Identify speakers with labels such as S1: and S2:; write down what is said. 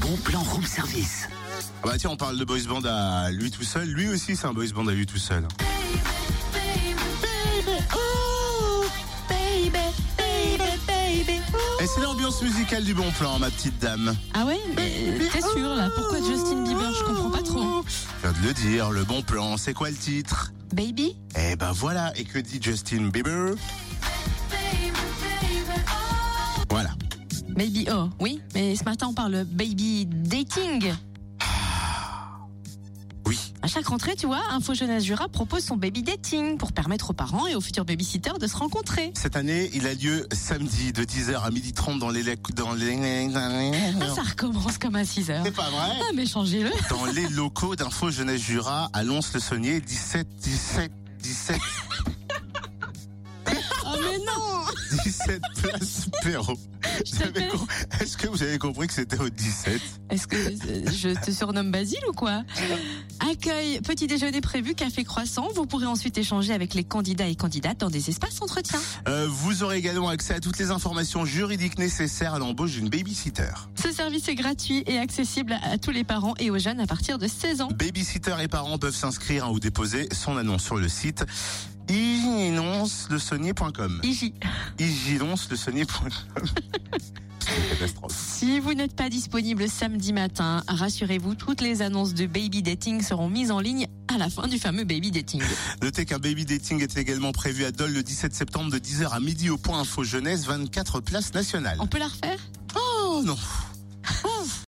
S1: bon plan room service.
S2: Ah bah tiens, on parle de boys band à lui tout seul. Lui aussi, c'est un boys band à lui tout seul. Et c'est l'ambiance musicale du bon plan, ma petite dame.
S3: Ah ouais Mais T'es sûr là Pourquoi Justin Bieber Je comprends pas trop.
S2: Je viens de le dire, le bon plan, c'est quoi le titre
S3: Baby
S2: Eh ben voilà, et que dit Justin Bieber Voilà.
S3: Baby oh, oui. Mais ce matin, on parle baby dating.
S2: Oui,
S3: À chaque rentrée, tu vois, Info Jeunesse Jura propose son baby dating pour permettre aux parents et aux futurs babysitters de se rencontrer.
S2: cette année, il a lieu samedi de 10h à 12h30 dans les... lacs- Dans les...
S3: Ah, ça recommence comme à 6 heures.
S2: C'est pas vrai
S3: Ah, mais changez-le.
S2: dans les locaux d'Info Jeunesse Jura à Lons-le-Saunier, 17, 17, 17,
S3: Oh, mais non
S2: 17 place Perrault.
S3: Je t'appelle.
S2: Vous avez com- Est-ce que vous avez compris que c'était au 17
S3: Est-ce que euh, je te surnomme Basile ou quoi Accueil, petit déjeuner prévu, café croissant. Vous pourrez ensuite échanger avec les candidats et candidates dans des espaces entretiens.
S2: Euh, Vous aurez également accès à toutes les informations juridiques nécessaires à l'embauche d'une babysitter.
S3: Ce service est gratuit et accessible à- à tous les parents et aux jeunes à partir de 16 ans.
S2: Babysitter et parents peuvent s'inscrire hein, ou déposer son annonce sur le site igilonslesaunier.com.
S3: IJ.
S2: igilonslesaunier.com. C'est une catastrophe.
S3: Si vous n'êtes pas disponible samedi matin, rassurez-vous, toutes les annonces de baby dating seront mises en ligne à la fin du fameux baby dating.
S2: Notez qu'un baby dating est également prévu à Dole le 17 septembre de 10h à midi Oh. au point info jeunesse 24 place nationale.
S3: On peut la refaire
S2: Oh non